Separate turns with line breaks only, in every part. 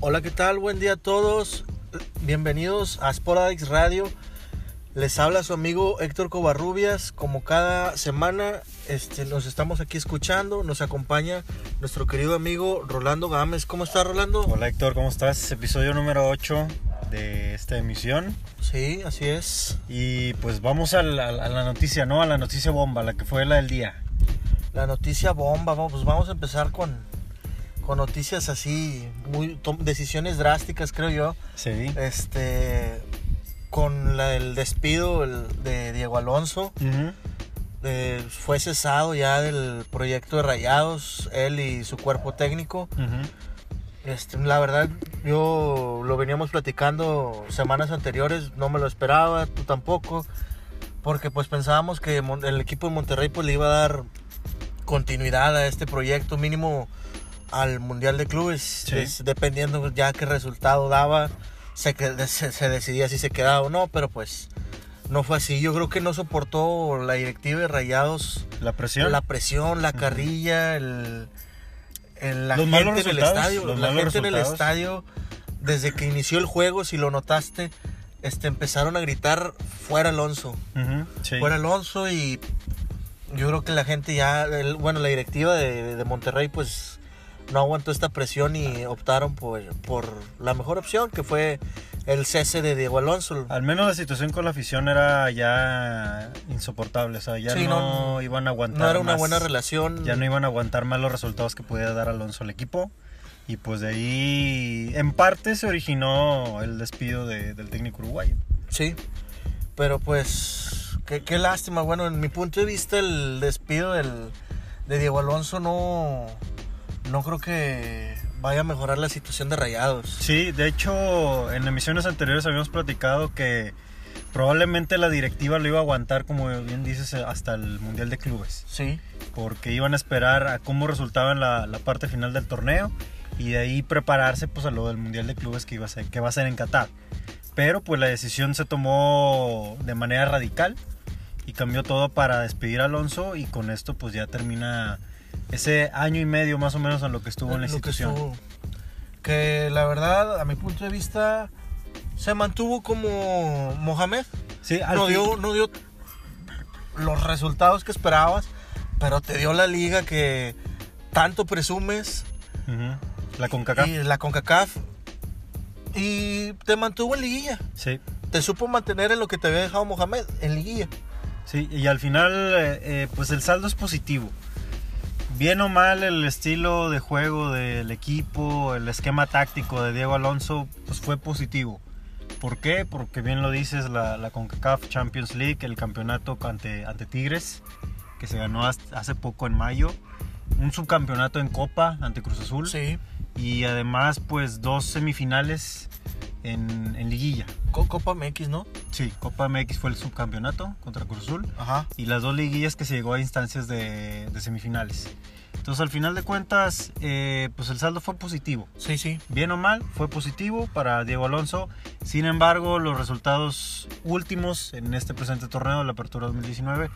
Hola, ¿qué tal? Buen día a todos. Bienvenidos a Sporadex Radio. Les habla su amigo Héctor Covarrubias. Como cada semana este, nos estamos aquí escuchando, nos acompaña nuestro querido amigo Rolando Gámez. ¿Cómo está Rolando?
Hola Héctor, ¿cómo estás? Episodio número 8 de esta emisión.
Sí, así es.
Y pues vamos a la, a la noticia, ¿no? A la noticia bomba, la que fue la del día.
La noticia bomba, vamos, pues vamos a empezar con, con noticias así, muy tom- decisiones drásticas creo yo.
Sí.
Este, con la- el despido el- de Diego Alonso.
Ujú.
Eh, fue cesado ya del proyecto de Rayados, él y su cuerpo técnico.
Ujú.
Este, la verdad, yo lo veníamos platicando semanas anteriores, no me lo esperaba, tú tampoco, porque pues pensábamos que Mon- el equipo de Monterrey pues le iba a dar continuidad a este proyecto mínimo al Mundial de Clubes,
Sí.
es- dependiendo ya qué resultado daba, se, que- se- se decidía si se quedaba o no, pero pues no fue así. Yo creo que no soportó la directiva de Rayados
La presión.
la presión, la carrilla, el, el- la
Los malos
gente en el
resultados,
estadio.
los
La
malos
gente en el
resultados.
estadio, desde que inició el juego, si lo notaste, este, empezaron a gritar fuera Alonso,
Ujú. Sí.
fuera Alonso y yo creo que la gente ya, el- bueno, la directiva de, de Monterrey pues no aguantó esta presión y optaron por, por la mejor opción que fue el cese de Diego Alonso.
Al menos la situación con la afición era ya insoportable, o sea, ya
Sí,
no,
no-
iban a aguantar
No era una
más.
buena relación.
Ya no iban a aguantar más los resultados que pudiera dar Alonso al equipo. Y pues de ahí, en parte, se originó el despido de- del técnico uruguayo.
Sí, pero pues qué, qué lástima. Bueno, en mi punto de vista el despido del, de Diego Alonso no, no creo que vaya a mejorar la situación de Rayados.
Sí, de hecho, en emisiones anteriores habíamos platicado que probablemente la directiva lo iba a aguantar, como bien dices, hasta el Mundial de Clubes,
Sí,
porque iban a esperar a cómo resultaba en la, la parte final del torneo y de ahí prepararse pues a lo del Mundial de Clubes que, iba a ser, que va a ser en Qatar. Pero pues la decisión se tomó de manera radical y cambió todo para despedir a Alonso y con esto pues ya termina ese año y medio más o menos en lo que estuvo en la
lo que
institución.
estuvo. Que la verdad, a mi punto de vista, se mantuvo como Mohamed.
Sí, al
No
fin-
dio, no dio los resultados que esperabas, pero te dio la liga que tanto presumes.
Ujú. La CONCACAF.
Y la CONCACAF. Y te mantuvo en liguilla.
Sí,
Te supo mantener en lo que te había dejado Mohamed, en liguilla.
sí, y al final, eh, eh, pues el saldo es positivo. Bien o mal, el estilo de juego del equipo, el esquema táctico de Diego Alonso, pues fue positivo. ¿Por qué? Porque bien lo dices, la, la CONCACAF Champions League, el campeonato ante, ante Tigres, que se ganó hasta- hace poco en mayo, un subcampeonato en Copa ante Cruz Azul.
Sí.
Y además, pues dos semifinales en, en liguilla.
Co- Copa MX, ¿no?
Sí, Copa MX fue el subcampeonato contra Cruz Azul.
Ajá.
y las dos liguillas que se llegó a instancias de, de semifinales. Entonces al final de cuentas, eh, pues el saldo fue positivo.
Sí, sí.
Bien o mal, fue positivo para Diego Alonso. Sin embargo, los resultados últimos en este presente torneo, la apertura 2019,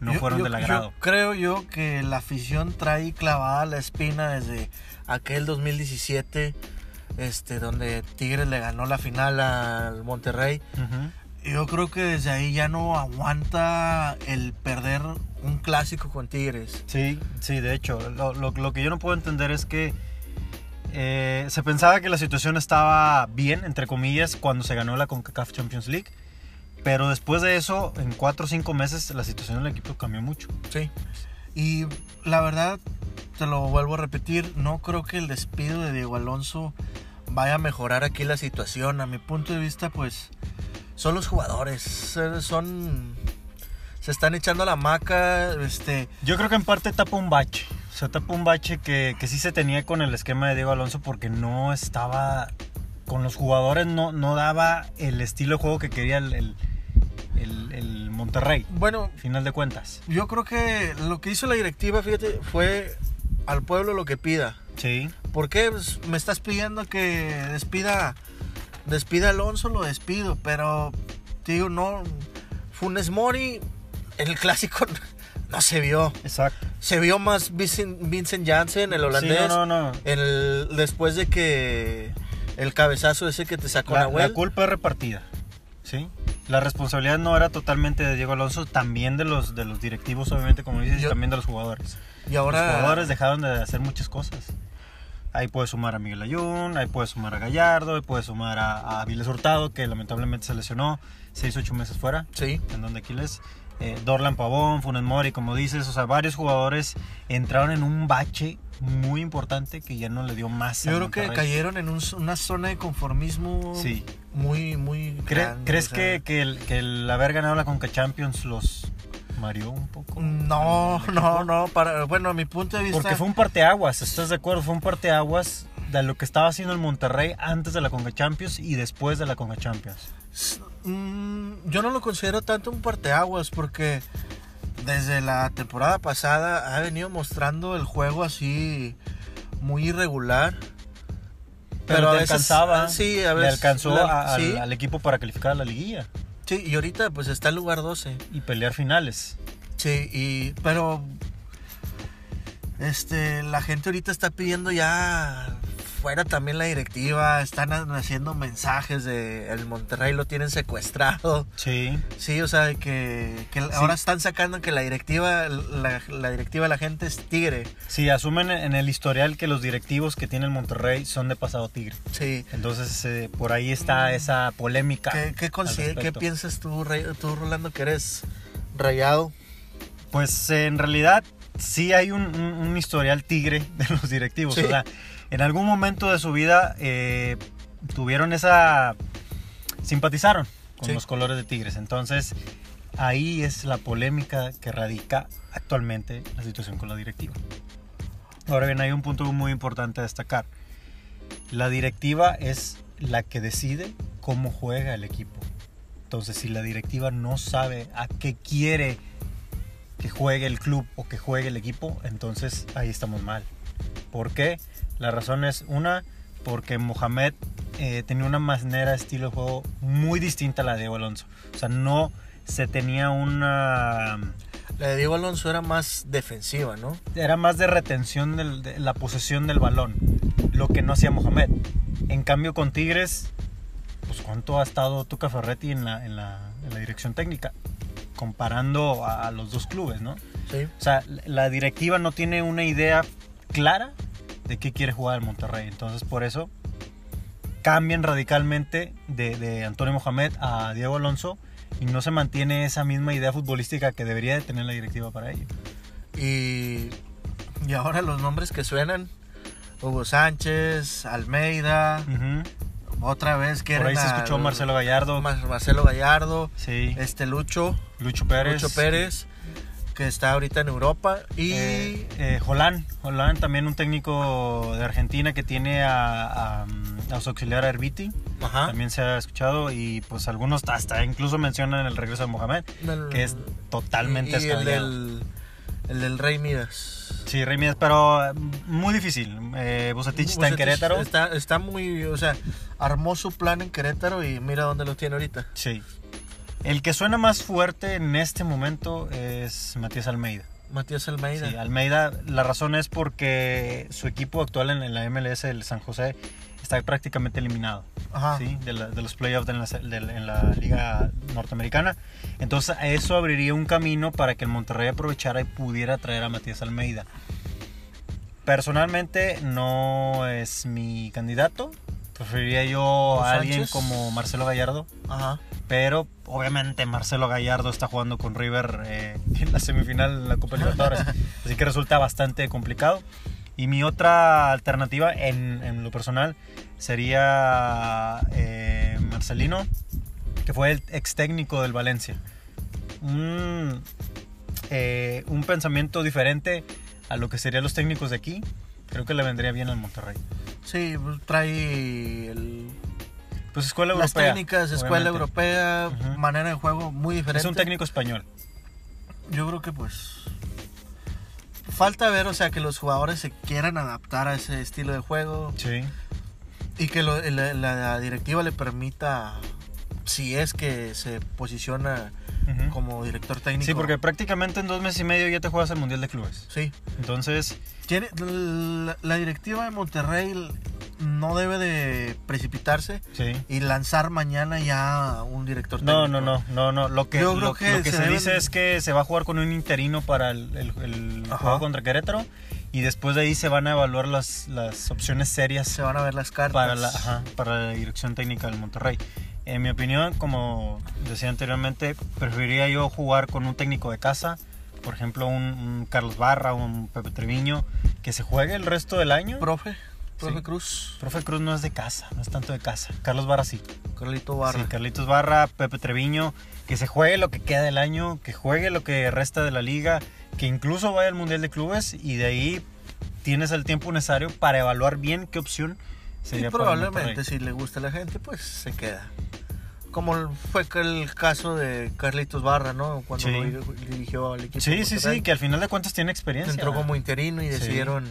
no
Yo-
fueron
yo-
del agrado.
yo creo yo que la afición trae clavada la espina desde aquel 2017, este, donde Tigres le ganó la final al Monterrey.
Ujú.
Yo creo que desde ahí ya no aguanta el perder un clásico con Tigres.
Sí, sí, de hecho, lo, lo- lo que yo no puedo entender es que eh, se pensaba que la situación estaba bien, entre comillas, cuando se ganó la CONCACAF Champions League, pero después de eso, en cuatro o cinco meses, la situación del equipo cambió mucho.
Sí. Y la verdad, te lo vuelvo a repetir, no creo que el despido de Diego Alonso vaya a mejorar aquí la situación. A mi punto de vista, pues, son los jugadores, eh, son... Se están echando a la maca, este...
Yo creo que en parte tapa un bache, o sea, tapa un bache que, que sí se tenía con el esquema de Diego Alonso porque no estaba, con los jugadores no, no daba el estilo de juego que quería el, el- el- el Monterrey,
Bueno,
final de cuentas.
yo creo que lo que hizo la directiva, fíjate, fue al pueblo lo que pida.
Sí.
¿Por qué Pues, me estás pidiendo que despida despida a Alonso? Lo despido, pero te digo, no Funes Mori en el clásico no se vio.
Exacto.
Se vio más Vincent, Vincent Janssen, el holandés,
Sí, no, no, no.
el- después de que El cabezazo ese que te sacó
La,
Nahuel.
la culpa es repartida, ¿sí? La responsabilidad no era totalmente de Diego Alonso, también de los, de los directivos, obviamente, como dices,
Yo- Ah.
y también de los jugadores.
y
Los
ahora
jugadores dejaron de hacer muchas cosas. Ahí puedes sumar a Miguel Ayun, ahí puedes sumar a Gallardo, ahí puedes sumar a, a Viles Hurtado, que lamentablemente se lesionó, seis, ocho meses fuera,
sí,
en donde Aquiles, eh, Dorlan Pavón, Funes Mori, como dices, o sea, varios jugadores entraron en un bache muy importante que ya no le dio más. a
yo creo que
Monterrey.
cayeron en un- una zona de conformismo
Sí.
muy, muy
¿Cre-
grande,
¿Crees
o sea.
que, que el, que el haber ganado la Conca Champions los mareó un poco?
Mm, No,
¿El
no,
equipo?
no. Para, bueno, a mi punto de vista.
Porque fue un parteaguas, ¿estás de acuerdo? Fue un parteaguas de lo que estaba haciendo el Monterrey antes de la Conca Champions y después de la Conca Champions.
Mm, yo no lo considero tanto un parteaguas porque desde la temporada pasada ha venido mostrando el juego así muy irregular.
Pero,
Pero a
le
veces- ah,
alcanzaba,
sí, a
le
veces-
alcanzó
la-
a- al-
sí.
al equipo para calificar a la liguilla
Sí, y ahorita pues está en lugar 12.
y pelear finales.
Sí, y, pero este, la gente ahorita está pidiendo ya fuera también la directiva, están ha- haciendo mensajes de el Monterrey lo tienen secuestrado.
Sí.
Sí, o sea, que, que ahora están sacando que la directiva, la, la directiva de la gente es tigre.
Sí, asumen en el historial que los directivos que tiene el Monterrey son de pasado tigre.
Sí.
Entonces, eh, por ahí está esa polémica.
¿Qué, qué, consider-
al
qué
respecto.
piensas tú, Rey- tú, Rolando, que eres rayado?
Pues eh, en realidad sí hay un, un- un historial tigre de los directivos.
Sí.
O sea, en algún momento de su vida eh, tuvieron esa... simpatizaron con
Sí.
los colores de tigres. Entonces ahí es la polémica que radica actualmente la situación con la directiva. Ahora bien, hay un punto muy importante a destacar. La directiva es la que decide cómo juega el equipo. Entonces, si la directiva no sabe a qué quiere que juegue el club o que juegue el equipo, entonces ahí estamos mal. ¿Por qué? La razón es una, porque Mohamed eh, tenía una manera, de estilo de juego muy distinta a la de Diego Alonso. O sea, no se tenía una...
La de Diego Alonso era más defensiva, ¿no?
Era más de retención del- de la posesión del balón, lo que no hacía Mohamed. En cambio con Tigres, pues cuánto ha estado Tuca Ferretti en la, en la- en la dirección técnica, comparando a- a los dos clubes, ¿no?
Sí.
O sea, la directiva no tiene una idea clara de qué quiere jugar el Monterrey. Entonces, por eso cambian radicalmente de, de Antonio Mohamed a Diego Alonso y no se mantiene esa misma idea futbolística que debería de tener la directiva para ello.
Y, y ahora los nombres que suenan, Hugo Sánchez, Almeida, otra vez que
Por ahí se escuchó Marcelo Gallardo,
Marcelo Gallardo,
sí,
este Lucho,
Lucho Pérez,
Lucho Pérez, que está ahorita en Europa, y
eh, eh, Jolán, Jolán también un técnico de Argentina que tiene a, a, mm, a su auxiliar Herbiti,
ajá,
también se ha escuchado y pues algunos hasta incluso mencionan el regreso de Mohamed.
del-
que es totalmente
y el
descabellado.
del, el del Rey Midas.
Sí, Rey Midas, pero eh, muy difícil. Eh, Bucetich está en
Bucetich
Querétaro.
Pues Está, está muy, o sea, armó su plan en Querétaro y mira dónde lo tiene ahorita.
Sí. El que suena más fuerte en este momento es Matías Almeida.
Matías Almeida.
Sí, ah, Almeida, la razón es porque su equipo actual en la MLS, el San José, está prácticamente eliminado.
Ajá.
¿sí? de, la- de los playoffs de la, de la- en la liga norteamericana. Entonces eso abriría un camino para que el Monterrey aprovechara y pudiera traer a Matías Almeida. Personalmente no es mi candidato. Preferiría yo
¿O
a alguien
Sánchez?
como Marcelo Gallardo.
Ajá.
Pero obviamente Marcelo Gallardo está jugando con River eh, en la semifinal en la Copa Libertadores. así que resulta bastante complicado. Y mi otra alternativa en, en lo personal sería eh, Marcelino, que fue el ex técnico del Valencia. Un, eh, un pensamiento diferente a lo que serían los técnicos de aquí. Creo que le vendría bien al Monterrey.
Sí, pues, trae el-
Pues escuela
las
europea.
técnicas, escuela
obviamente.
europea,
Ujú.
manera de juego muy diferente.
Es un técnico español.
Yo creo que pues falta ver, o sea, que los jugadores se quieran adaptar a ese estilo de juego
Sí.
y que lo- la, la directiva le permita, si es que se posiciona
Ujú.
como director técnico.
Sí, porque prácticamente en dos meses y medio ya te juegas el Mundial de Clubes.
Sí.
Entonces,
Tiene, la, la directiva de Monterrey no debe de precipitarse
Sí.
y lanzar mañana ya un director
No,
técnico.
no, no, no, no. Lo que,
Yo
lo,
creo que
lo que,
se
se,
deben-
dice es que se va a jugar con un interino para el, el- el
Ajá.
juego contra Querétaro y después de ahí se van a evaluar las, las opciones serias
Se van a ver las cartas.
para la, ajá, para la dirección técnica del Monterrey. En mi opinión, como decía anteriormente, preferiría yo jugar con un técnico de casa, por ejemplo, un, un Carlos Barra, un Pepe Treviño, que se juegue el resto del año.
Profe, profe
Sí.
Cruz,
Profe Cruz no es de casa, no es tanto de casa. Carlos Barra sí.
Carlito Barra.
Sí, Carlitos Barra, Pepe Treviño, que se juegue lo que queda del año, que juegue lo que resta de la liga, que incluso vaya al Mundial de Clubes y de ahí tienes el tiempo necesario para evaluar bien qué opción sería
y
para el
probablemente si le gusta a la gente, pues se queda. Como fue que el caso de Carlitos Barra, ¿no? Cuando
Sí.
lo dir- dirigió al equipo.
Monterrey.
de
Sí, sí,
Monterrey.
sí, que al final de cuentas tiene experiencia.
Entró como interino y
Sí.
decidieron...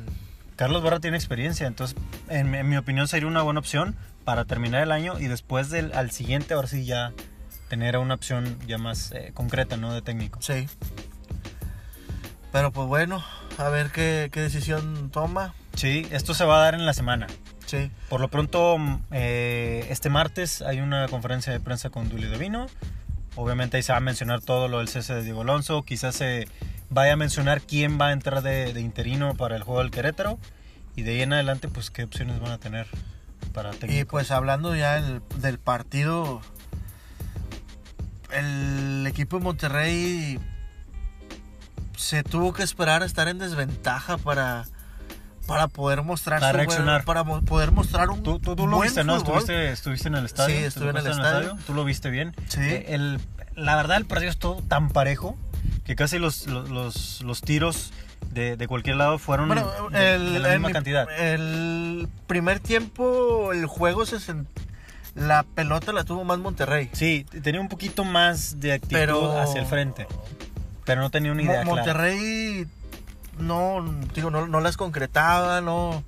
Carlos Barra tiene experiencia, entonces en, mi- en mi opinión sería una buena opción para terminar el año y después del al siguiente ahora sí ya tener una opción ya más eh, concreta, ¿no? De técnico.
Sí. Pero pues bueno, a ver qué, qué decisión toma.
Sí, esto se va a dar en la semana.
Sí.
Por lo pronto, mm, eh, este martes hay una conferencia de prensa con Dully Davino. Obviamente ahí se va a mencionar todo lo del cese de Diego Alonso. Quizás se vaya a mencionar quién va a entrar de, de interino para el juego del Querétaro. Y de ahí en adelante, pues qué opciones van a tener para
Y
técnico.
pues hablando ya del, del partido, el equipo de Monterrey se tuvo que esperar a estar en desventaja para, para poder mostrar
Para
su buen-
reaccionar.
para mo- poder mostrar un
Tú, tú- tú lo
buen
viste, ¿no?
fútbol.
Estuviste, estuviste en el estadio.
Sí,
¿Te
estuve en el
encontraste
estadio.
Tú lo viste bien.
Sí.
Eh, el- la verdad, el partido estuvo tan parejo que casi los, los, los- los tiros de, de cualquier lado fueron
Bueno,
de- de
el,
la
en
misma
mi-
cantidad.
el primer tiempo el juego se sent- la pelota la tuvo más Monterrey.
Sí, tenía un poquito más de actitud
Pero-
hacia el frente, pero no tenía una
Mo-
idea clara.
Monterrey no, digo, no, no las concretaba, no.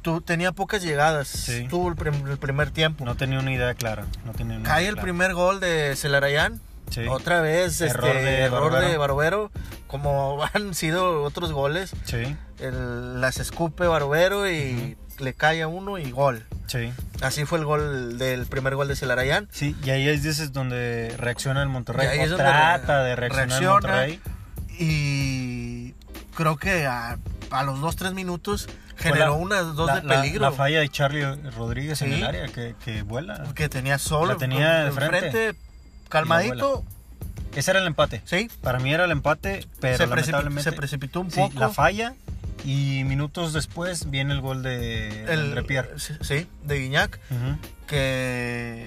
tu- tenía pocas llegadas.
Sí.
Tuvo el, prim- el primer tiempo.
No tenía una idea clara. No tenía una
Cae
idea
el
clara.
primer gol de Celarayán.
Sí,
Otra vez,
Error
este,
de
error
Barbero.
de Barbero. Como han sido otros goles,
sí,
el- las escupe Barbero y le cae a uno y gol.
sí.
Así fue el gol del primer gol de Celarayán.
Sí, y ahí es dices donde reacciona el Monterrey.
Y ahí es
o
donde
trata
re-
de reaccionar
reacciona.
el Monterrey.
Y creo que a, a los 2-3 minutos
Fue
generó
la-
unas dos
la-
de
la-
peligro.
La, falla de Charlie Rodríguez en
Sí.
el área que, que vuela.
Pues que tenía solo
La tenía de frente.
calmadito
Ese era el empate.
sí
Para mí era el empate, pero
se, precipi-
lamentablemente
se precipitó un
sí,
poco
la falla y minutos después viene el gol de André Pierre.
sí, sí, de Guiñac
Ujú.
que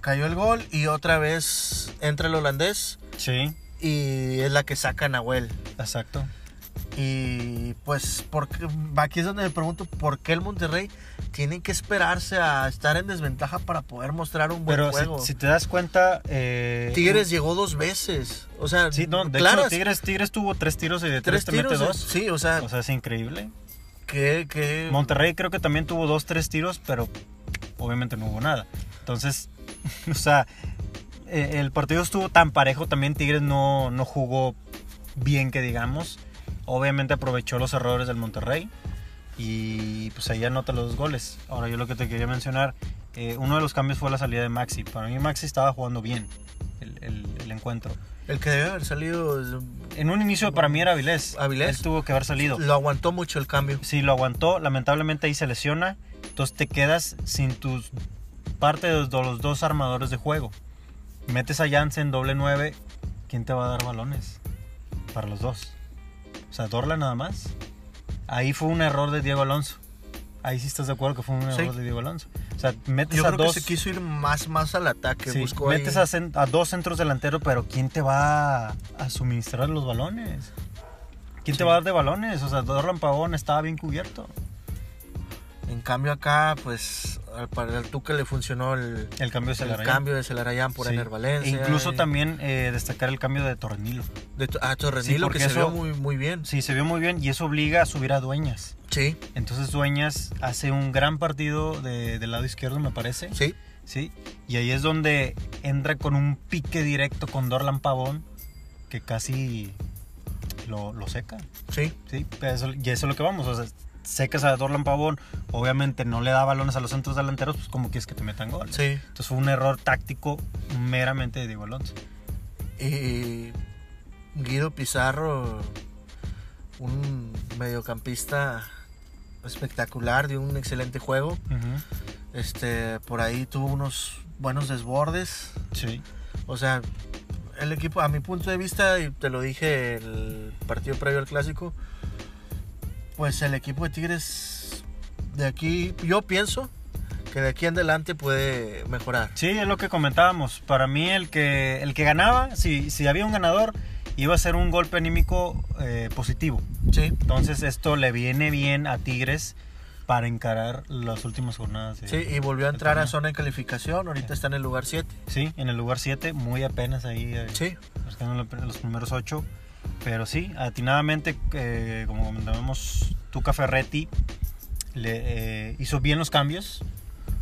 cayó el gol y otra vez entra el holandés
Sí,
y es la que saca a Nahuel
exacto.
y pues porque aquí es donde me pregunto por qué el Monterrey tiene que esperarse a estar en desventaja para poder mostrar un buen
Pero si,
juego
si te das cuenta, eh,
Tigres llegó dos veces o sea
Sí, no, de
claras,
hecho, Tigres, Tigres tuvo tres tiros y de
tres
tres, te mete
tiros
dos.
sí o sea
O sea, es increíble.
que que
Monterrey creo que también tuvo dos, tres tiros, pero obviamente no hubo nada. Entonces, o sea, eh, el partido estuvo tan parejo. También Tigres no, no jugó bien, que digamos. Obviamente aprovechó los errores del Monterrey. Y pues ahí anota los dos goles. Ahora yo lo que te quería mencionar, eh, uno de los cambios fue la salida de Maxi. Para mí Maxi estaba jugando bien el- el- el encuentro.
El que debe haber salido es-
En un inicio para mí era Avilés.
Avilés.
Él tuvo que haber salido.
lo aguantó mucho el cambio.
Sí, lo aguantó. Lamentablemente ahí se lesiona. Entonces te quedas sin tus parte de los, de los dos armadores de juego. Metes a Jansen doble 9. ¿Quién te va a dar balones? Para los dos. O sea, Dorla nada más. Ahí fue un error de Diego Alonso. Ahí sí estás de acuerdo que fue un
Sí.
error de Diego Alonso. O sea, metes
Yo
a
creo
dos.
que se quiso ir más más al ataque,
sí,
buscó ahí.
metes a, cen- a dos centros delanteros, pero ¿quién te va a- a suministrar los balones? ¿Quién
Sí.
te va a dar de balones? O sea, Dorlan Pavón estaba bien cubierto.
En cambio acá, pues al para el Tuca le funcionó el,
El cambio se
el
le hará.
cambio de Celarayán por
Sí.
Ener Valencia.
E incluso
y-
también eh, destacar el cambio de Tornilo.
de to- a Torrenilo
Sí,
que
porque
se vio
eso-
muy muy bien.
Sí, se vio muy bien y eso obliga a subir a Dueñas.
Sí,
Entonces Dueñas hace un gran partido de- del lado izquierdo, me parece.
sí.
Sí. Y ahí es donde entra con un pique directo con Dorlan Pavón, que casi lo, lo seca.
Sí,
Sí, pero eso- y eso es lo que vamos. O sea, sé que Salvador Lampabón obviamente no le da balones a los centros delanteros, pues como quieres que te metan gol.
Sí.
Entonces fue un error táctico meramente de Diego Alonso.
Y Guido Pizarro, un mediocampista espectacular, dio un excelente juego. Este, por ahí tuvo unos buenos desbordes.
Sí.
O sea, el equipo, a mi punto de vista, y te lo dije el partido previo al clásico, pues el equipo de Tigres de aquí, yo pienso que de aquí en adelante puede mejorar.
Sí, es lo que comentábamos. Para mí el que, el que ganaba, si, si había un ganador, iba a ser un golpe anímico eh, positivo.
Sí,
Entonces esto le viene bien a Tigres para encarar las últimas jornadas. de-
sí, y volvió a entrar a
torneo.
zona de calificación, ahorita está en el lugar 7.
Sí, en el lugar 7, muy apenas ahí. eh,
Sí,
marcando lo- los primeros ocho. Pero sí, atinadamente, eh, como comentábamos, Tuca Ferretti le, eh, hizo bien los cambios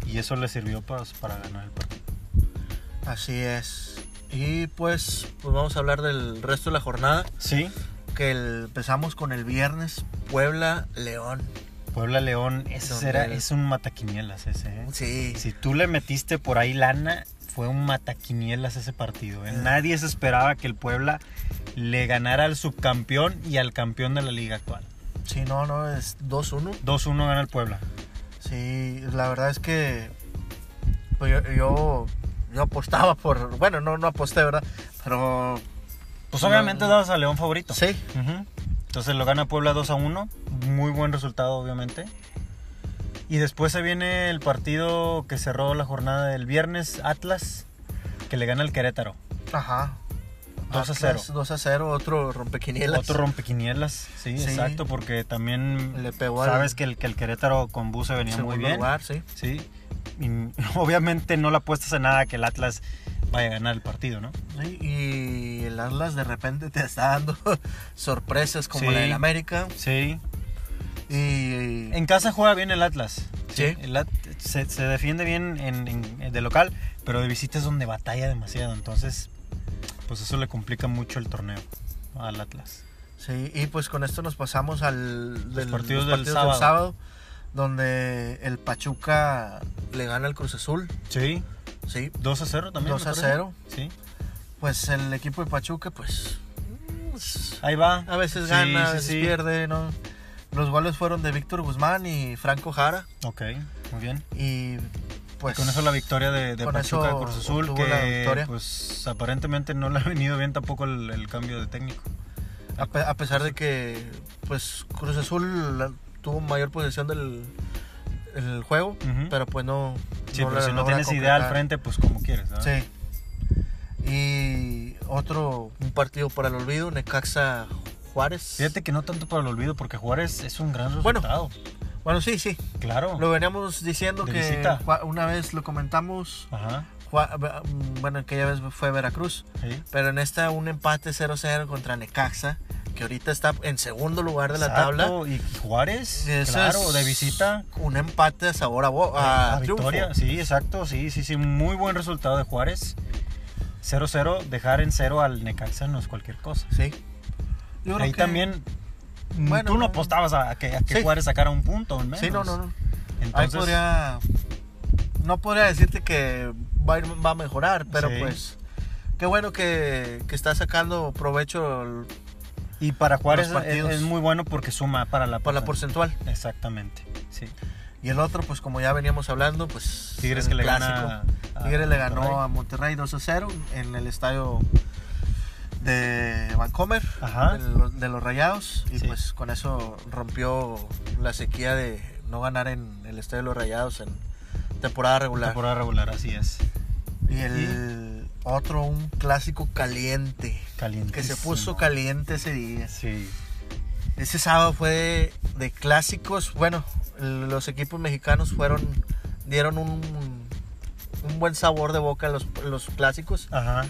y eso le sirvió para, para ganar el partido.
así es. Y pues, pues vamos a hablar del resto de la jornada,
Sí,
que el- empezamos con el viernes, Puebla-León.
Puebla-León, ese
Donde
era,
el-
es un mataquinielas ese. ¿eh?
Sí,
Si tú le metiste por ahí lana, fue un mataquinielas ese partido. ¿eh? Nadie se esperaba que el Puebla le ganara al subcampeón y al campeón de la liga actual.
sí, no, no, es 2-1.
2-1 gana el Puebla.
Sí, la verdad es que pues, yo, yo, yo apostaba por. Bueno, no, no aposté, ¿verdad? Pero
Pues
No,
obviamente
no.
dabas a León favorito.
sí,
Ujú. Entonces lo gana Puebla 2 a 1. Muy buen resultado, obviamente. Y después se viene el partido que cerró la jornada del viernes, Atlas, que le gana al Querétaro.
ajá.
2 a 0.
Atlas 2 a 0, otro rompequinielas.
Ah, Otro rompequinielas, sí,
Sí.
exacto, porque también
Le pegó al-
sabes que el, que el Querétaro con Buse venía
Segundo
muy bien.
lugar, sí.
Sí. Y obviamente no le apuestas a nada que el Atlas vaya a ganar el partido, ¿no?
Sí, Y el Atlas de repente te está dando sorpresas como
Sí.
la del América.
Sí.
Y.
En casa juega bien el Atlas.
Sí.
El At- se, se defiende bien en- en- de local, pero de visita es donde batalla demasiado. Entonces, pues eso le complica mucho el torneo al Atlas.
Sí, y pues con esto nos pasamos al del-
partidos del sábado.
donde el Pachuca le gana al Cruz Azul.
Sí.
Sí,
2 a 0 también.
2
me
a
parece.
0.
Sí.
Pues el equipo de Pachuca, pues. mm,
Ahí va.
A veces
Sí,
gana, a
sí,
veces
sí.
pierde, ¿no? Los goles fueron de Víctor Guzmán y Franco Jara.
Ok, muy bien.
Y pues.
Y con eso la victoria de, de
con
Pachuca
eso
Cruz Azul,
obtuvo la
que
victoria.
pues aparentemente no le ha venido bien tampoco el, el cambio de técnico.
A, pe- a pesar de que, pues, Cruz Azul la- tuvo mayor posesión del el juego,
Ujú.
pero pues no.
sí, pero
la
si no
logra
tienes idea al
concretar.
frente, pues como quieres. ¿verdad?
Sí. Y otro, un partido para el olvido, Necaxa Juárez.
Fíjate que no tanto para el olvido, porque Juárez es un gran
Bueno,
resultado.
Bueno, sí, sí.
claro.
Lo veníamos diciendo
De
que
visita.
Ju- una vez lo comentamos.
Ajá.
Ju- mm, Bueno, aquella vez fue Veracruz.
Sí.
Pero en esta un empate 0-0 contra Necaxa, que ahorita está en segundo lugar de la
Exacto,
tabla.
Y Juárez,
Eso
claro,
es
de visita.
Un empate a sabor a, bo- a
a
triunfo.
victoria. Sí, exacto. Sí, sí, sí. Muy buen resultado de Juárez. 0-0, dejar en cero al Necaxa no es cualquier cosa.
Sí. Yo creo
Ahí
que-
también. mm,
Bueno,
tú no
no.
apostabas a que, a que
Sí.
Juárez sacara un punto, al menos.
Sí, no, no, no. Ahí
Entonces,
podría. No podría decirte que va a, ir- va a mejorar, pero
Sí.
pues. Qué bueno que, que está sacando provecho el-
y para Juárez
los
es,
partidos.
es muy bueno porque suma para la
para la
porcent-
porcentual.
Exactamente. Sí.
Y el otro, pues como ya veníamos hablando, pues.
Tigres
el
que le
clásico.
gana. a- a
Tigres le ganó
Monterrey.
a Monterrey 2 a 0 en el estadio de Vancomer,
Ajá.
de, los, de los Rayados. Y
Sí.
pues con eso rompió la sequía de no ganar en el estadio de los Rayados en temporada regular.
Temporada regular, así es.
Y el otro, un clásico caliente,
Caliente.
que se puso caliente ese día.
Sí.
Ese sábado fue de, de clásicos. Bueno, l- los equipos mexicanos fueron, dieron un, un buen sabor de boca a los, los clásicos.
Ajá.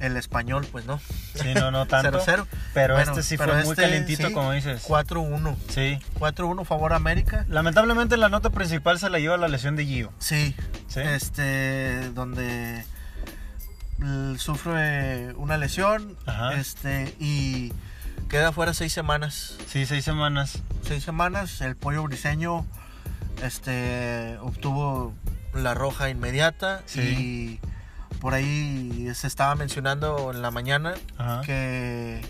El español, pues no.
Sí, no, no tanto.
0-0.
Pero
Bueno,
este sí
pero
fue muy
este,
calientito,
sí,
como dices.
4-1.
Sí.
4-1 favor a América.
Lamentablemente la nota principal se la lleva la lesión de Gio.
Sí.
Sí.
Este, donde l- sufre una lesión.
Ajá.
Este, y Queda fuera seis semanas.
Sí, seis semanas.
Seis semanas. El pollo briseño este, obtuvo la roja inmediata.
Sí.
Y por ahí se estaba mencionando en la mañana
Ajá.
que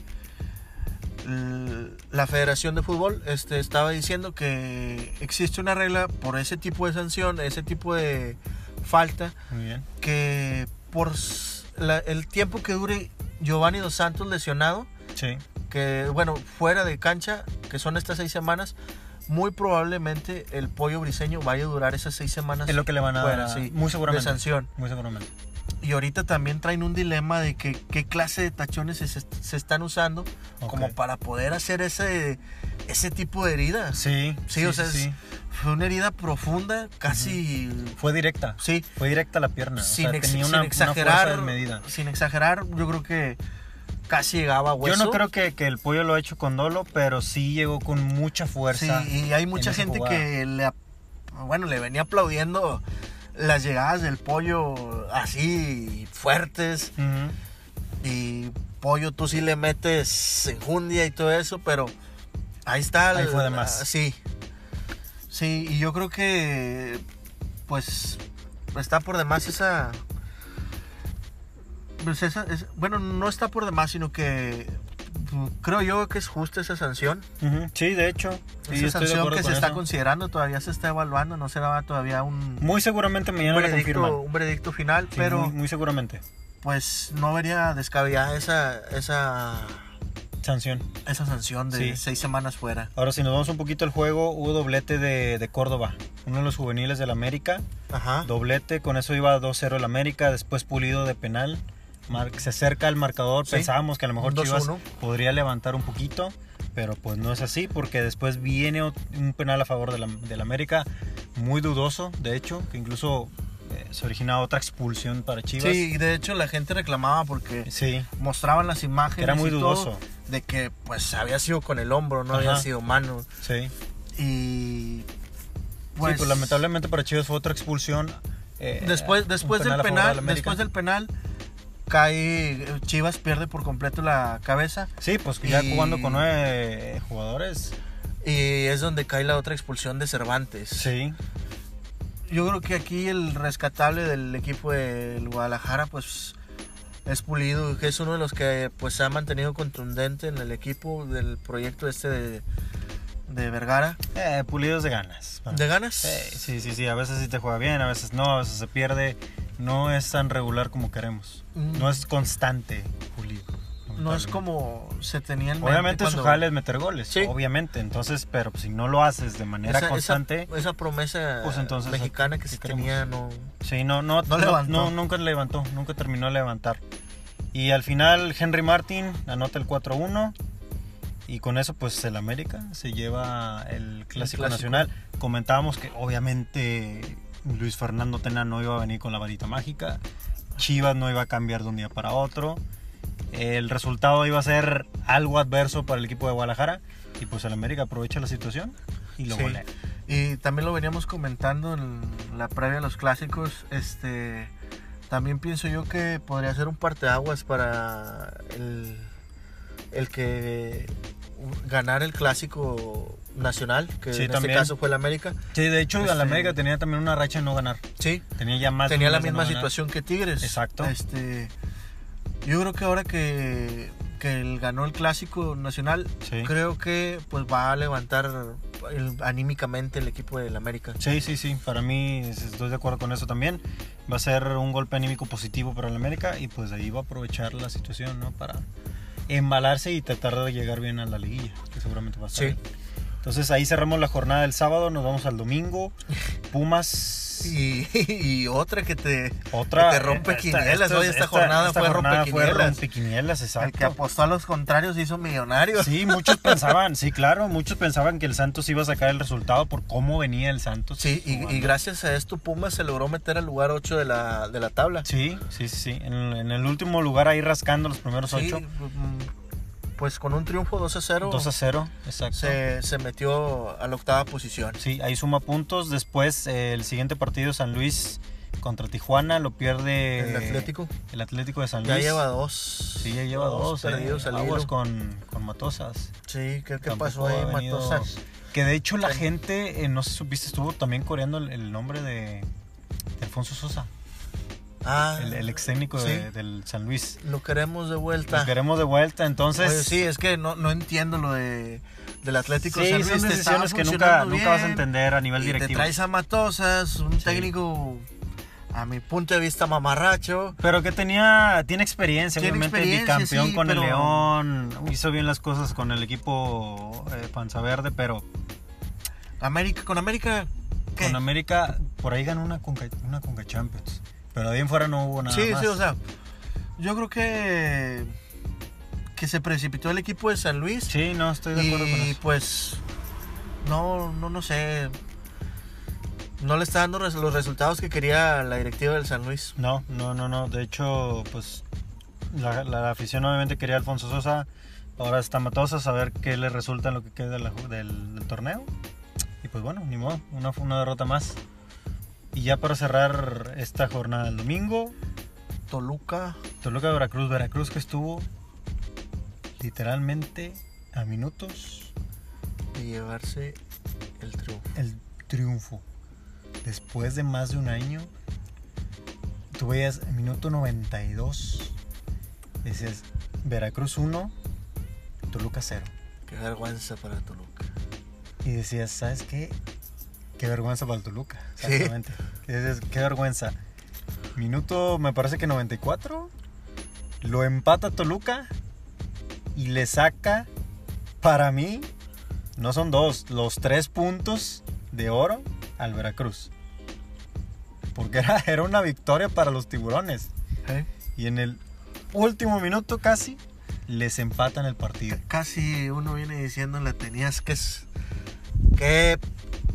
l- la Federación de Fútbol este, estaba diciendo que existe una regla por ese tipo de sanción, ese tipo de falta,
Muy bien.
que por s- la- el tiempo que dure Giovanni Dos Santos lesionado,
Sí.
que bueno, fuera de cancha, que son estas seis semanas, muy probablemente el pollo briseño vaya a durar esas seis semanas
Es lo que le van a
fuera,
dar.
sí,
Muy
de
seguramente.
sanción.
Muy seguramente.
Y ahorita también traen un dilema de que qué clase de tachones se, se están usando
Ok.
como para poder hacer ese, ese tipo de herida.
Sí.
Sí, o sea, es- Fue una herida profunda, casi...
Fue directa.
Sí,
Fue directa a la pierna.
sin,
o sea,
ex-
tenía
sin
una, una fuerza
exagerar.
desmedida.
Sin exagerar, yo creo que casi llegaba a hueso.
Yo no creo que, que el pollo lo ha hecho con dolo, pero sí llegó con mucha fuerza.
Sí, y hay mucha
en esa
gente
jugada.
que le, ap- bueno, le venía aplaudiendo las llegadas del pollo así fuertes.
Ujú.
Y pollo, tú sí le metes enjundia y todo eso, pero ahí está.
Ahí
el-
fue de más.
ah, sí. Sí, y yo creo que, pues, está por demás esa. pues, esa- es- bueno, no está por demás, sino que mm, creo yo que es justa esa sanción.
Ujú. Sí, de hecho. Sí,
esa
estoy de
sanción
acuerdo
que se
con
está
eso.
considerando todavía se está evaluando, no se daba todavía un,
Muy seguramente
un
mañana la confirman.
veredicto, un veredicto final,
Sí,
pero
muy, muy seguramente.
pues no vería descabellada esa, esa,
Sanción.
esa sanción de
Sí.
seis semanas fuera.
Ahora, si nos vamos un poquito al juego, hubo doblete de, de Córdoba. Uno de los juveniles del América.
Ajá.
Doblete, con eso iba 2-0 el América. Después pulido de penal. Mar- se acerca al marcador.
Sí.
Pensábamos que a lo mejor
Un
Chivas
2-1.
podría levantar un poquito. Pero pues no es así, porque después viene ot- un penal a favor del Am- del América. Muy dudoso, de hecho, que incluso eh, se origina otra expulsión para Chivas.
Sí, y de hecho la gente reclamaba porque
Sí,
mostraban las imágenes
Era muy
y todo
dudoso.
de que pues había sido con el hombro, no había
Ajá.
sido mano.
sí.
Y
sí, pues lamentablemente para Chivas fue otra expulsión. eh,
después
un
después
a
del
favor
penal,
del América.
después del penal cae Chivas pierde por completo la cabeza
Sí, pues ya
Y-
jugando con nueve jugadores.
Y es donde cae la otra expulsión de Cervantes.
Sí.
Yo creo que aquí el rescatable del equipo del Guadalajara, pues es Pulido, que es uno de los que pues se ha mantenido contundente en el equipo del proyecto este de, de Vergara.
Eh, pulidos de ganas.
¿De ganas?
Eh, sí, sí, sí. A veces sí te juega bien, a veces no, a veces se pierde. No es tan regular como queremos.
Mm.
No es constante pulido.
No es
lamentablemente.
como se tenía en mente
Obviamente su
cuando-
jale es meter goles.
Sí.
Obviamente. Entonces, pero si no lo haces de manera constante.
Esa, promesa
Pues, entonces,
mexicana que se
¿qué queremos?
tenía, no.
Sí, no, no,
No
no,
levantó.
no, nunca levantó, nunca terminó de levantar. Y al final Henry Martin anota el 4-1 y con eso pues el América se lleva el clásico,
clásico.
nacional. Comentábamos que obviamente Luis Fernando Tena no iba a venir con la varita mágica, Chivas no iba a cambiar de un día para otro, el resultado iba a ser algo adverso para el equipo de Guadalajara y pues el América aprovecha la situación y lo
Sí.
golea.
Y también lo veníamos comentando en la previa a los clásicos. Este, también pienso yo que podría ser un parteaguas para el, el que ganar el clásico nacional, que
Sí,
en
también.
este caso fue el América.
Sí, de hecho el
Este-
América tenía también una racha de no ganar.
Sí,
Tenía ya más de
tenía
un
la
mes de no
misma
ganar.
situación que Tigres.
Exacto.
Este, yo creo que ahora que, que él ganó el clásico nacional,
Sí.
creo que pues va a levantar el- anímicamente el equipo del América.
Sí, sí, sí. Para mí es- estoy de acuerdo con eso también. Va a ser un golpe anímico positivo para el América y pues de ahí va a aprovechar la situación, ¿no? Para embalarse y tratar de llegar bien a la liguilla, que seguramente va a ser.
Sí.
Entonces ahí cerramos la jornada del sábado, nos vamos al domingo. Pumas.
Y, y otra que te.
Otra. eh,
que te rompe quinielas,
esta-
oye, esta jornada
esta
fue
jornada fue
rompequinielas.
rompequinielas,
Al que
exacto.
apostó a los contrarios se hizo millonario.
Sí, muchos pensaban, sí, claro, muchos pensaban que el Santos iba a sacar el resultado por cómo venía el Santos.
Sí, y, y gracias a esto Pumas se logró meter al lugar 8 de la, de la tabla.
Sí, sí, sí, sí. En, en el último lugar ahí rascando los primeros
Sí,
ocho.
mm, pues con un triunfo 2 a 0
2 a 0, exacto.
se, se metió a la octava posición.
Sí, ahí suma puntos. Después eh, el siguiente partido San Luis contra Tijuana, lo pierde
El Atlético.
el Atlético de Eh, San Luis.
Ya lleva dos.
Sí, ya lleva dos. eh.
perdidos al
Aguas
hilo.
con, con Matosas.
Sí, ¿qué, qué
Tampoco
pasó ahí,
ha venido-
Matosas?
Que de hecho la gente, eh, no se supiste, estuvo también coreando el, el nombre de, de Alfonso Sosa,
Ah,
el, el ex técnico
sí.
de- del San Luis.
lo queremos de vuelta.
Lo queremos de vuelta, entonces.
Oye, sí, es que no, no entiendo lo de, del Atlético
sí,
de San Luis.
son
te estaba
decisiones que nunca,
funcionando
nunca vas a
bien,
entender a nivel
y Te
directivo.
traes a Matosas, un
Sí.
técnico, a mi punto de vista, mamarracho.
Pero que tenía, tiene experiencia,
Tiene
obviamente
experiencia,
bicampeón
sí,
con
pero-
el León, hizo bien las cosas con el equipo eh, Panza Verde, pero
América, con América, ¿qué?
con América por ahí ganó una Conca, una Conca Champions. Pero de ahí en fuera no hubo nada
sí,
más.
sí, o sea, yo creo que, que se precipitó el equipo de San Luis.
Sí, no, estoy de acuerdo con
Y
eso.
pues, no, no, no sé. No le está dando res- los resultados que quería la directiva del San Luis.
No, no, no, no. De hecho, pues la, la afición obviamente quería a Alfonso Sosa. Ahora está Matosas a ver qué le resulta en lo que queda de la ju- del, del torneo. Y pues bueno, ni modo, una, una derrota más. Y ya para cerrar esta jornada del domingo,
Toluca.
Toluca Veracruz, Veracruz que estuvo literalmente a minutos
y llevarse el triunfo.
el triunfo. Después de más de un año, tú veías minuto 92, decías Veracruz 1, Toluca 0.
Qué vergüenza para Toluca.
Y decías, ¿sabes qué? Qué vergüenza para el Toluca.
Sí.
Exactamente. Y decías, qué vergüenza. Minuto, me parece que 94. Lo empata Toluca y le saca, para mí, no son dos, los tres puntos de oro al Veracruz. Porque era, era una victoria para los tiburones. Y en el último minuto casi, les empatan el partido.
Casi uno viene diciendo la tenías que es. Qué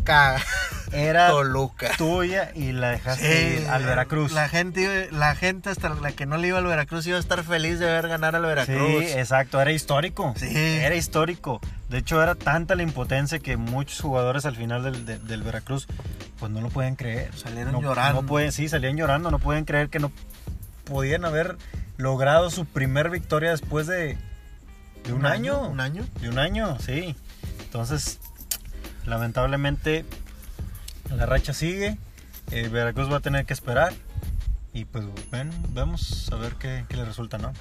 caga
Era
Toluca.
tuya y la dejaste
Sí,
ir al Veracruz.
La gente, la gente hasta la que no le iba al Veracruz iba a estar feliz de ver ganar al Veracruz.
Sí, eh, exacto, era histórico.
Sí.
Era histórico. De hecho, era tanta la impotencia que muchos jugadores al final del, de- del Veracruz, pues no lo pueden creer.
Salieron
No-
llorando.
No pueden, sí, salían llorando, no pueden creer que no podían haber logrado su primer victoria después de, de un, año.
Un año.
De un año, sí. Entonces, lamentablemente, la racha sigue. eh, Veracruz va a tener que esperar. Y pues, bueno, vemos a ver qué, qué le resulta, ¿no?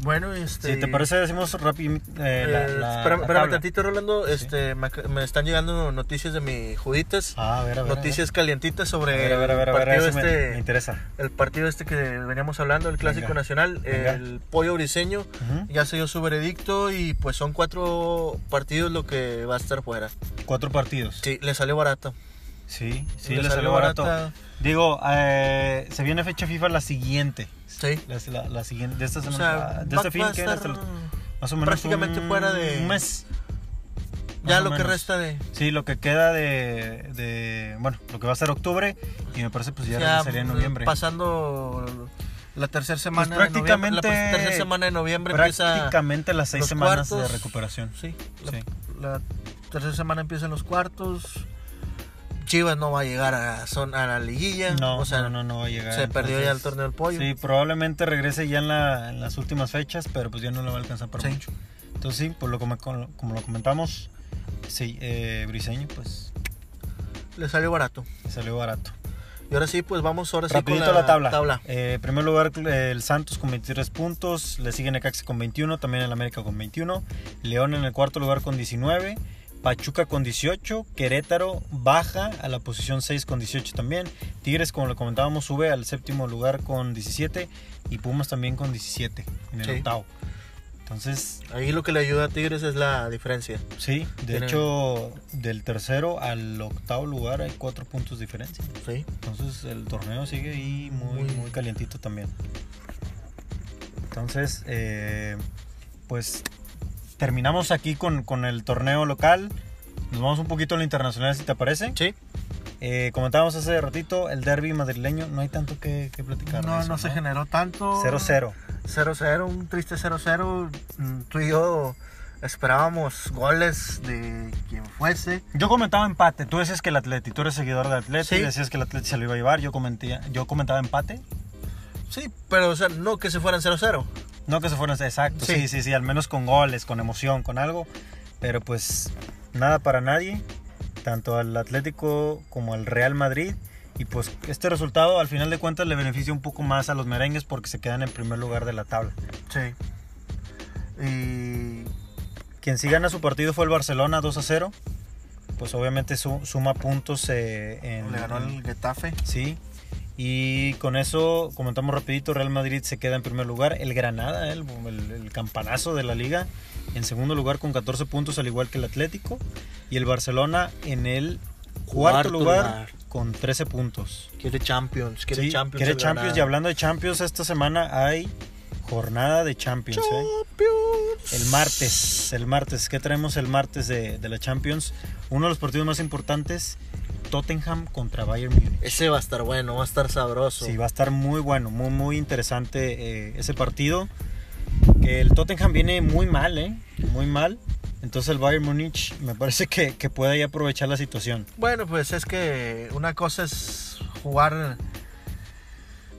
Bueno, este.
Si te parece, decimos rápido
eh,
la, la-
espérame,
la
espérame
tabla.
tantito, Rolando. Este, me, ac- me están llegando noticias de mi Juditas.
Ah, a ver, a ver.
noticias calientitas
A
sobre
ver, a ver, a ver, a
el
ver, a ver,
partido
eso me-
este.
me, interesa.
el partido este que veníamos hablando, el Clásico
Venga.
Nacional,
Venga.
el Pollo Briseño,
Ujú.
ya se dio su veredicto y pues son cuatro partidos lo que va a estar fuera.
Cuatro partidos.
Sí, le salió barato.
sí, sí, le salió barato.
barata.
Digo, eh, se viene fecha FIFA la siguiente.
Sí.
La, la- la siguiente, de esta
O
semana.
sea,
de
va-
este fin
va a
que
estar
hasta el- más o menos
prácticamente
un,
fuera de-
un mes.
ya
Más o
lo que
menos.
resta de...
Sí, lo que queda de, de- Bueno, lo que va a ser octubre. Y me parece pues ya, regresaría
eh,
en noviembre.
Pasando la tercera semana
Pues
de noviembre-
prácticamente-
La tercera semana de noviembre empieza...
Prácticamente las seis
los
semanas de
cuartos.
recuperación.
Sí,
Sí.
la, la tercera semana empiezan los cuartos. Chivas no va a llegar a, son, a la liguilla.
No,
o sea,
no, no, no va a llegar.
se perdió ya el
entonces-
torneo del pollo.
Sí, probablemente regrese ya en, la- en las últimas fechas, pero pues ya no le va a alcanzar para
Sí.
mucho. Entonces sí, pues lo como, como- como lo comentamos, sí, eh, Briseño pues
Le salió barato.
le salió barato.
Y ahora sí, pues vamos ahora sí
Rapidito
con
la, tabla. Eh, en primer lugar eh, el Santos con 23 puntos, le sigue Necaxa con 21, también el América con 21, León en el cuarto lugar con 19, Pachuca con 18, Querétaro baja a la posición 6 con 18 también, Tigres como lo comentábamos sube al séptimo lugar con 17 y Pumas también con 17 en el
Sí.
octavo. Entonces,
Ahí lo que le ayuda a Tigres es la diferencia.
sí, de
Tiene-
hecho del tercero al octavo lugar hay cuatro puntos de diferencia.
Sí.
Entonces el torneo sigue ahí muy,
Muy-
muy calientito también. Entonces, eh, pues terminamos aquí con, con el torneo local. Nos vamos un poquito al internacional, si te parece.
Sí.
Eh, comentábamos hace ratito el derby madrileño. No hay tanto que, que platicar.
No, no se generó tanto.
0-0.
0-0, un triste 0-0. Mm, Tú y yo Esperábamos goles de quien fuese.
Yo comentaba empate. Tú decías que el Atleti, tú eres seguidor del Atleti,
Sí.
decías que el Atleti se lo iba a llevar. Yo, comenté, yo comentaba empate.
Sí, pero o sea, no que se fueran 0-0.
No que se fueran, exacto. Sí.
Sí.
sí, sí, al menos con goles, con emoción, con algo. Pero pues nada para nadie, tanto al Atlético como al Real Madrid. Y pues este resultado al final de cuentas le beneficia un poco más a los merengues porque se quedan en primer lugar de la tabla.
Sí. Y
Quien sí gana su partido fue el Barcelona 2 a 0. Pues obviamente su- suma puntos eh, en,
le ganó el Getafe.
Sí. Y con eso, comentamos rapidito, Real Madrid se queda en primer lugar, el Granada, el, el- el campanazo de la liga, en segundo lugar con 14 puntos al igual que el Atlético, y el Barcelona en el
Cuarto
cuarto, lugar,
lugar.
con 13 puntos.
Quiere Champions, quiere
Sí,
Champions.
quiere
el
Champions, y
ganado.
hablando de Champions, esta semana hay jornada de Champions. ¿eh?
Champions.
El martes, el martes, ¿qué traemos el martes de, de la Champions? Uno de los partidos más importantes, Tottenham contra Bayern Múnich.
Ese va a estar bueno, va a estar sabroso.
Sí, va a estar muy bueno, muy, muy interesante eh, ese partido. Que el Tottenham viene muy mal, ¿eh? Muy mal. Entonces el Bayern Múnich me parece que, que puede ahí aprovechar la situación.
Bueno, pues es que una cosa es jugar.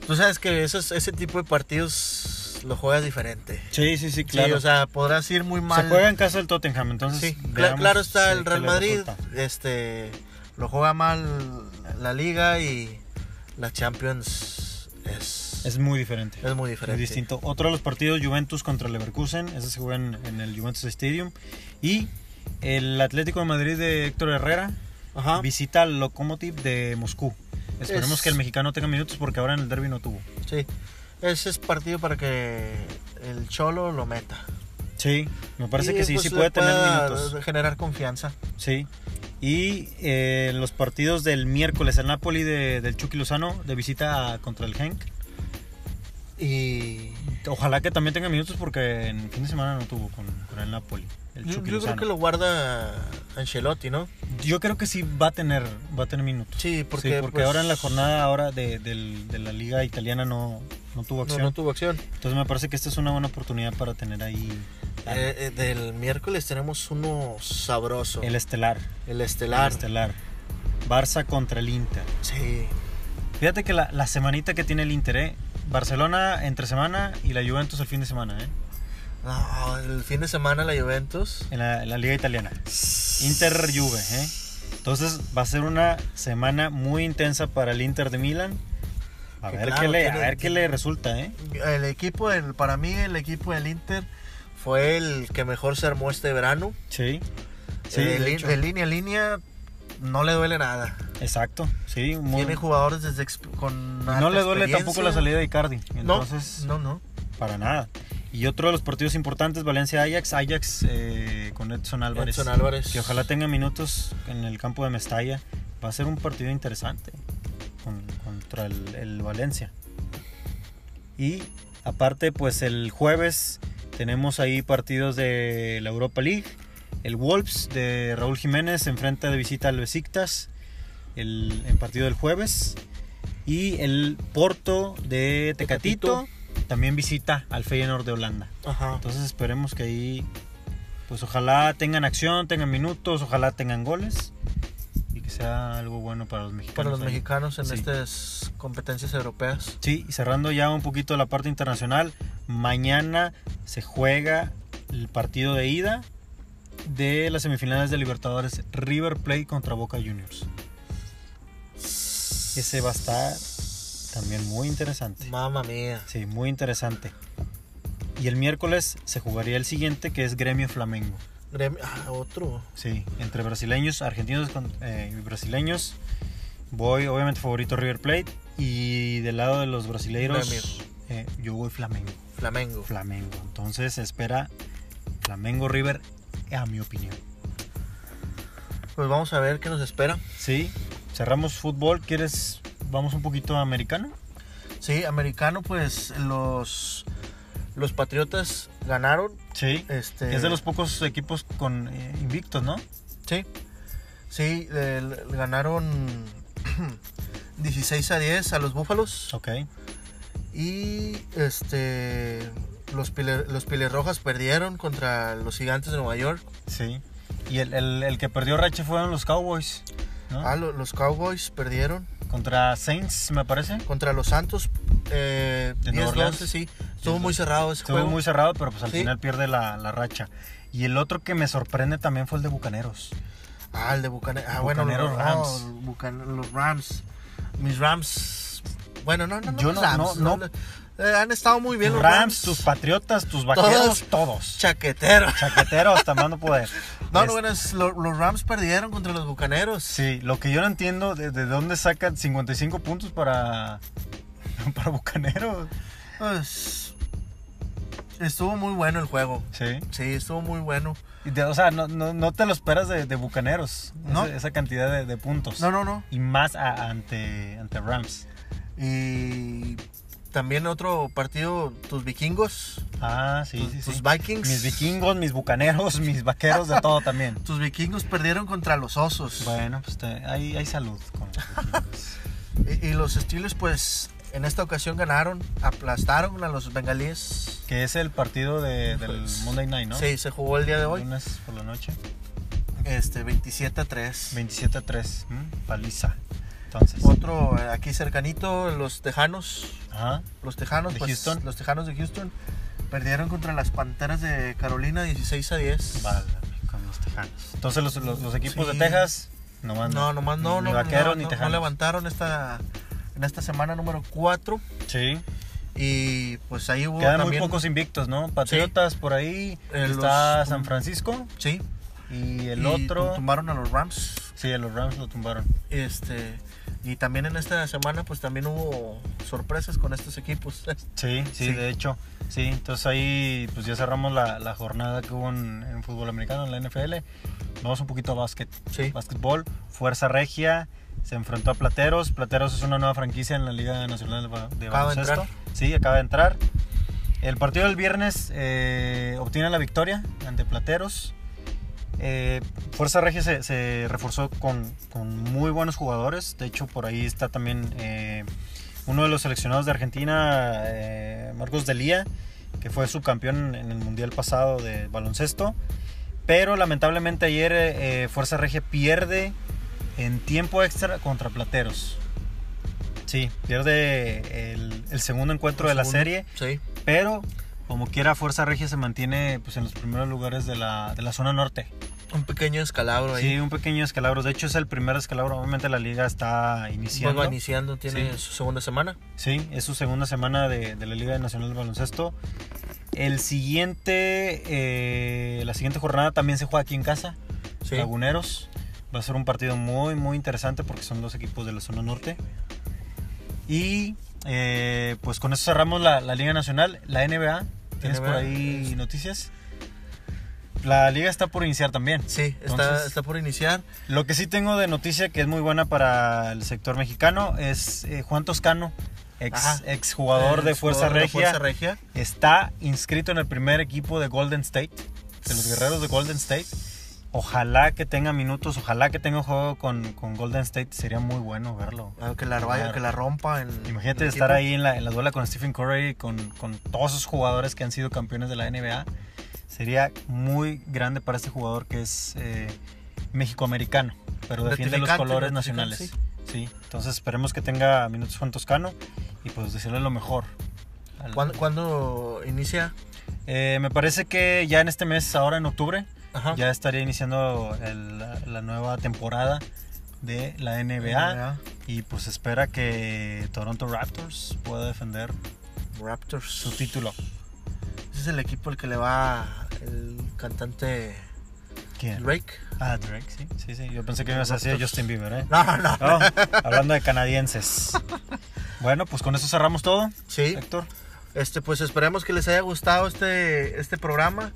Tú sabes que esos, ese tipo de partidos lo juegas diferente.
Sí, sí, sí,
Sí,
claro.
o sea, podrás ir muy mal.
Se juega en casa del Tottenham, entonces.
Sí, cla-
veamos
claro está
si-
el
qué
Real
le
Madrid,
resulta.
este lo juega mal la liga y la Champions es,
Es muy diferente.
es muy diferente.
Muy distinto. Otro de los partidos, Juventus contra Leverkusen. Ese se juega en, en el Juventus Stadium. Y el Atlético de Madrid de Héctor Herrera
Ajá.
visita al Lokomotiv de Moscú. Esperemos
Es-
que el mexicano tenga minutos porque ahora en el derby no tuvo.
Sí. Ese es partido para que el Cholo lo meta.
Sí, me parece
Y,
que sí,
pues,
sí
le
puede tener
pueda
minutos.
Generar confianza.
Sí. Y eh, los partidos del miércoles, el Napoli de- del Chucky Lozano de visita a- contra el Genk.
Y
Ojalá que también tenga minutos porque en fin de semana no tuvo con, con el Napoli. El
yo,
Chucky
yo creo
Lozano.
que lo guarda Ancelotti, ¿no?
Yo creo que sí va a tener, va a tener minutos.
Sí,
porque,
porque, pues,
ahora en la jornada ahora de, del- de la liga italiana no, no tuvo
no,
acción.
no tuvo acción.
Entonces me parece que esta es una buena oportunidad para tener ahí
Eh, eh, del miércoles tenemos uno sabroso.
el estelar.
el
El
estelar.
estelar. Barça contra el Inter.
Sí.
Fíjate que la, la semanita que tiene el Inter, ¿eh? Barcelona entre semana y la Juventus el fin de semana, ¿eh?
No, el fin de semana la Juventus.
En la, en la Liga Italiana. Inter Juve, ¿eh? Entonces va a ser una semana muy intensa para el Inter de Milán. A
Que
ver,
claro,
qué, le, a
tiene-
ver qué le resulta, ¿eh?
El equipo, del, para mí, el equipo del Inter fue el que mejor se armó este verano.
Sí. Sí,
Eh,
de
li-
hecho.
de línea a línea no le duele nada.
Exacto. Sí, muy-
Tiene jugadores desde exp- con
No
alta
le duele tampoco la
experiencia.
salida de Icardi.
No,
Entonces,
no, no.
para nada. Y otro de los partidos importantes, Valencia-Ajax. Ajax eh, con Edson Álvarez.
Edson Álvarez.
Que ojalá tenga minutos en el campo de Mestalla. Va a ser un partido interesante con- contra el, el Valencia. Y aparte, pues el jueves tenemos ahí partidos de la Europa League. El Wolves de Raúl Jiménez se enfrenta de visita al Besiktas el, en partido del jueves. Y el Porto de Tecatito, también visita al Feyenoord de Holanda.
Ajá.
Entonces esperemos que ahí, pues ojalá tengan acción, tengan minutos, ojalá tengan goles y que sea algo bueno para los mexicanos.
Para los
ahí.
mexicanos en
Sí.
estas competencias europeas.
Sí, y cerrando ya un poquito la parte internacional, mañana se juega el partido de ida de las semifinales de Libertadores River Plate contra Boca Juniors. Ese va a estar también muy interesante.
Mamma mía.
Sí, muy interesante. Y el miércoles se jugaría el siguiente que es Gremio Flamengo.
Gremio- ah, otro.
Sí, entre brasileños, argentinos con- eh, y brasileños. Voy, obviamente, favorito River Plate. Y del lado de los brasileiros, eh, yo voy Flamengo.
Flamengo.
Flamengo. Entonces, espera Flamengo River, a mi opinión.
Pues vamos a ver qué nos espera.
Sí, cerramos fútbol. ¿Quieres, vamos un poquito americano?
Sí, americano, pues los, los Patriotas ganaron.
Sí.
Este,
Eh, Es de los pocos equipos con eh, invictos, ¿no?
Sí, sí, el- ganaron 16 a 10 a los Búfalos.
Ok.
Y este los, pile- los Pilerrojas perdieron contra los Gigantes de Nueva York.
Sí. Y el, el- el que perdió Rache fueron los Cowboys. ¿no?
Ah, lo- los Cowboys perdieron.
Contra Saints, me parece.
Contra los Santos, eh,
¿De
10
Nueva Orleans?
11 sí. Estuvo muy cerrado ese
Estuvo
juego.
muy cerrado, pero pues al
Sí.
final pierde la, la racha. Y el otro que me sorprende también fue el de Bucaneros.
Ah, el de Bucaneros. Ah, bueno,
Bucaneros
los
Rams.
no, Bucan- los Rams. Mis Rams. Bueno, no, no, no.
Yo
mis
no-
Rams,
no, no.
Eh, han estado muy bien
Tus
los
Rams,
Rams.
tus Patriotas, tus Vaqueros, todos.
Chaqueteros.
Chaquetero hasta más no poder.
No,
Este,
no, bueno, es- lo- los Rams perdieron contra los Bucaneros.
Sí, lo que yo no entiendo, ¿de, de dónde sacan 55 puntos para, para Bucaneros?
Pues, estuvo muy bueno el juego.
Sí.
Sí, estuvo muy bueno.
Y de- o sea, no, no- no te lo esperas de, de Bucaneros,
No.
esa, esa cantidad de, de puntos.
No, no, no.
Y más a- ante, ante Rams.
Y también otro partido, tus vikingos,
Ah, sí,
tus,
sí,
tus
sí.
vikings.
Mis vikingos, mis bucaneros, mis vaqueros, de todo también.
Tus vikingos perdieron contra los osos.
Bueno, pues te- hay, hay salud con los vikingos.
Y, y los Steelers, pues, en esta ocasión ganaron, aplastaron a los bengalíes.
Que es el partido de- del
Pues,
Monday Night, ¿no?
Sí, se jugó el día de hoy.
Lunes por la noche.
Este, 27 a 3.
27 a 3. Paliza. Entonces.
Otro eh, aquí cercanito, los tejanos.
Ajá.
Los tejanos,
¿De
pues,
Houston?
los tejanos de Houston perdieron contra las panteras de Carolina 16 a 10.
Válgame, con los tejanos. Entonces los, los- los equipos
Sí.
de Texas, nomás
No, nomás no,
Ni
no,
vaqueros
no,
ni
no, no
tejanos.
levantaron esta, en esta semana número 4
Sí.
y pues ahí hubo
Quedan muy
también,
pocos invictos, ¿no? Patriotas por ahí.
Eh,
está
los-
San Francisco.
sí,
Y el
y
otro.
tum- tumbaron a los Rams,
Sí, a los Rams lo tumbaron.
este y también en esta semana pues también hubo sorpresas con estos equipos.
Sí, sí,
Sí.
de hecho. Sí, entonces ahí pues ya cerramos la, la jornada que hubo en, en fútbol americano, en la NFL. Vamos un poquito a básquet.
Sí,
Básquetbol, Fuerza Regia, se enfrentó a Plateros. Plateros es una nueva franquicia en la Liga Nacional de Ba- de
Acaba de
Baloncesto. sí, acaba de entrar. El partido del viernes eh, obtiene la victoria ante Plateros. Eh, Fuerza Regia se, se reforzó con, con muy buenos jugadores. De hecho, por ahí está también eh, uno de los seleccionados de Argentina, eh, Marcos Delía, que fue subcampeón en el Mundial pasado de baloncesto. Pero lamentablemente ayer eh, eh, Fuerza Regia pierde en tiempo extra contra Plateros. Sí, pierde el, el segundo encuentro de la
Segundo.
serie,
sí.
pero como quiera Fuerza Regia se mantiene pues, en los primeros lugares de la, de la zona norte.
Un pequeño escalabro ahí.
Sí, un pequeño escalabro. De hecho es el primer escalabro. Obviamente la liga está iniciando.
Va iniciando, tiene
Sí.
su segunda semana.
Sí, es su segunda semana de, de la Liga Nacional de Baloncesto. El siguiente, eh, la siguiente jornada también se juega aquí en casa,
Sí.
Laguneros. Va a ser un partido muy, muy interesante porque son dos equipos de la zona norte. Y eh, pues con eso cerramos la, la Liga Nacional, la NBA. ¿Tienes
NBA,
por ahí
es-
noticias? La liga está por iniciar también.
Sí, está,
Entonces-
está por iniciar.
Lo que sí tengo de noticia que es muy buena para el sector mexicano es eh, Juan Toscano,
Ajá.
ex, jugador
El
de Fuerza
Eh, jugador de
Regia,
Fuerza Regia.
está inscrito en el primer equipo de Golden State, de los guerreros de Golden State. Ojalá que tenga minutos, ojalá que tenga un juego con, con Golden State, sería muy bueno verlo.
Ah, que la vaya,
Claro.
que la rompa. En,
Imagínate
en
estar
equipo.
ahí en la, en la duela con Stephen Curry, con, con todos esos jugadores que han sido campeones de la NBA. Sería muy grande para este jugador que es eh, mexicoamericano, pero defiende los
Gratificante,
colores
gratificante,
nacionales. Sí. entonces esperemos que tenga minutos con Toscano y pues decirle lo mejor. Al-
¿Cuándo, cuándo inicia?
Eh, me parece que ya en este mes, ahora en octubre,
Ajá.
ya estaría iniciando el- la, la nueva temporada de la NBA y pues espera que Toronto Raptors pueda defender
Raptors.
su título.
Ese es el equipo al que le va el cantante
¿Quién?
Drake.
Ah, Drake, sí. Sí, sí. Yo pensé que ibas a decir
Raptors.
Justin Bieber, ¿eh?
No, no.
No, hablando de canadienses. Bueno, pues con eso cerramos todo,
Sí,
Héctor.
este, pues esperemos que les haya gustado este, este programa,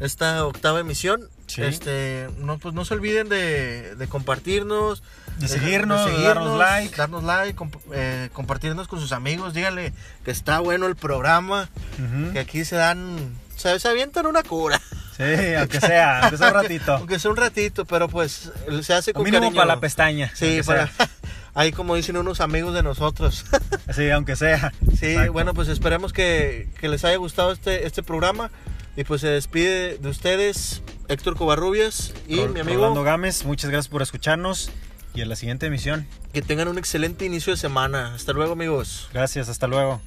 esta octava emisión.
Sí.
Este, no, pues no se olviden de, de compartirnos,
De
eh,
seguirnos, de darnos
seguirnos,
like.
darnos like, comp- eh, compartirnos con sus amigos. Díganle que está bueno el programa.
Ujú.
Que aquí se dan. Se, se avientan una cura.
Sí, aunque sea, aunque sea un ratito.
Aunque sea un ratito, pero pues se hace con
Mínimo
cariño.
para la pestaña.
Sí,
aunque sea.
para. ahí como dicen unos amigos de nosotros.
Sí, aunque sea.
Sí,
Exacto.
bueno, pues esperemos que, que les haya gustado este, este programa. Y pues se despide de ustedes Héctor Covarrubias y
Rol-
mi amigo.
Rolando Gámez, muchas gracias por escucharnos y en la siguiente emisión.
Que tengan un excelente inicio de semana. Hasta luego, amigos.
Gracias, hasta luego.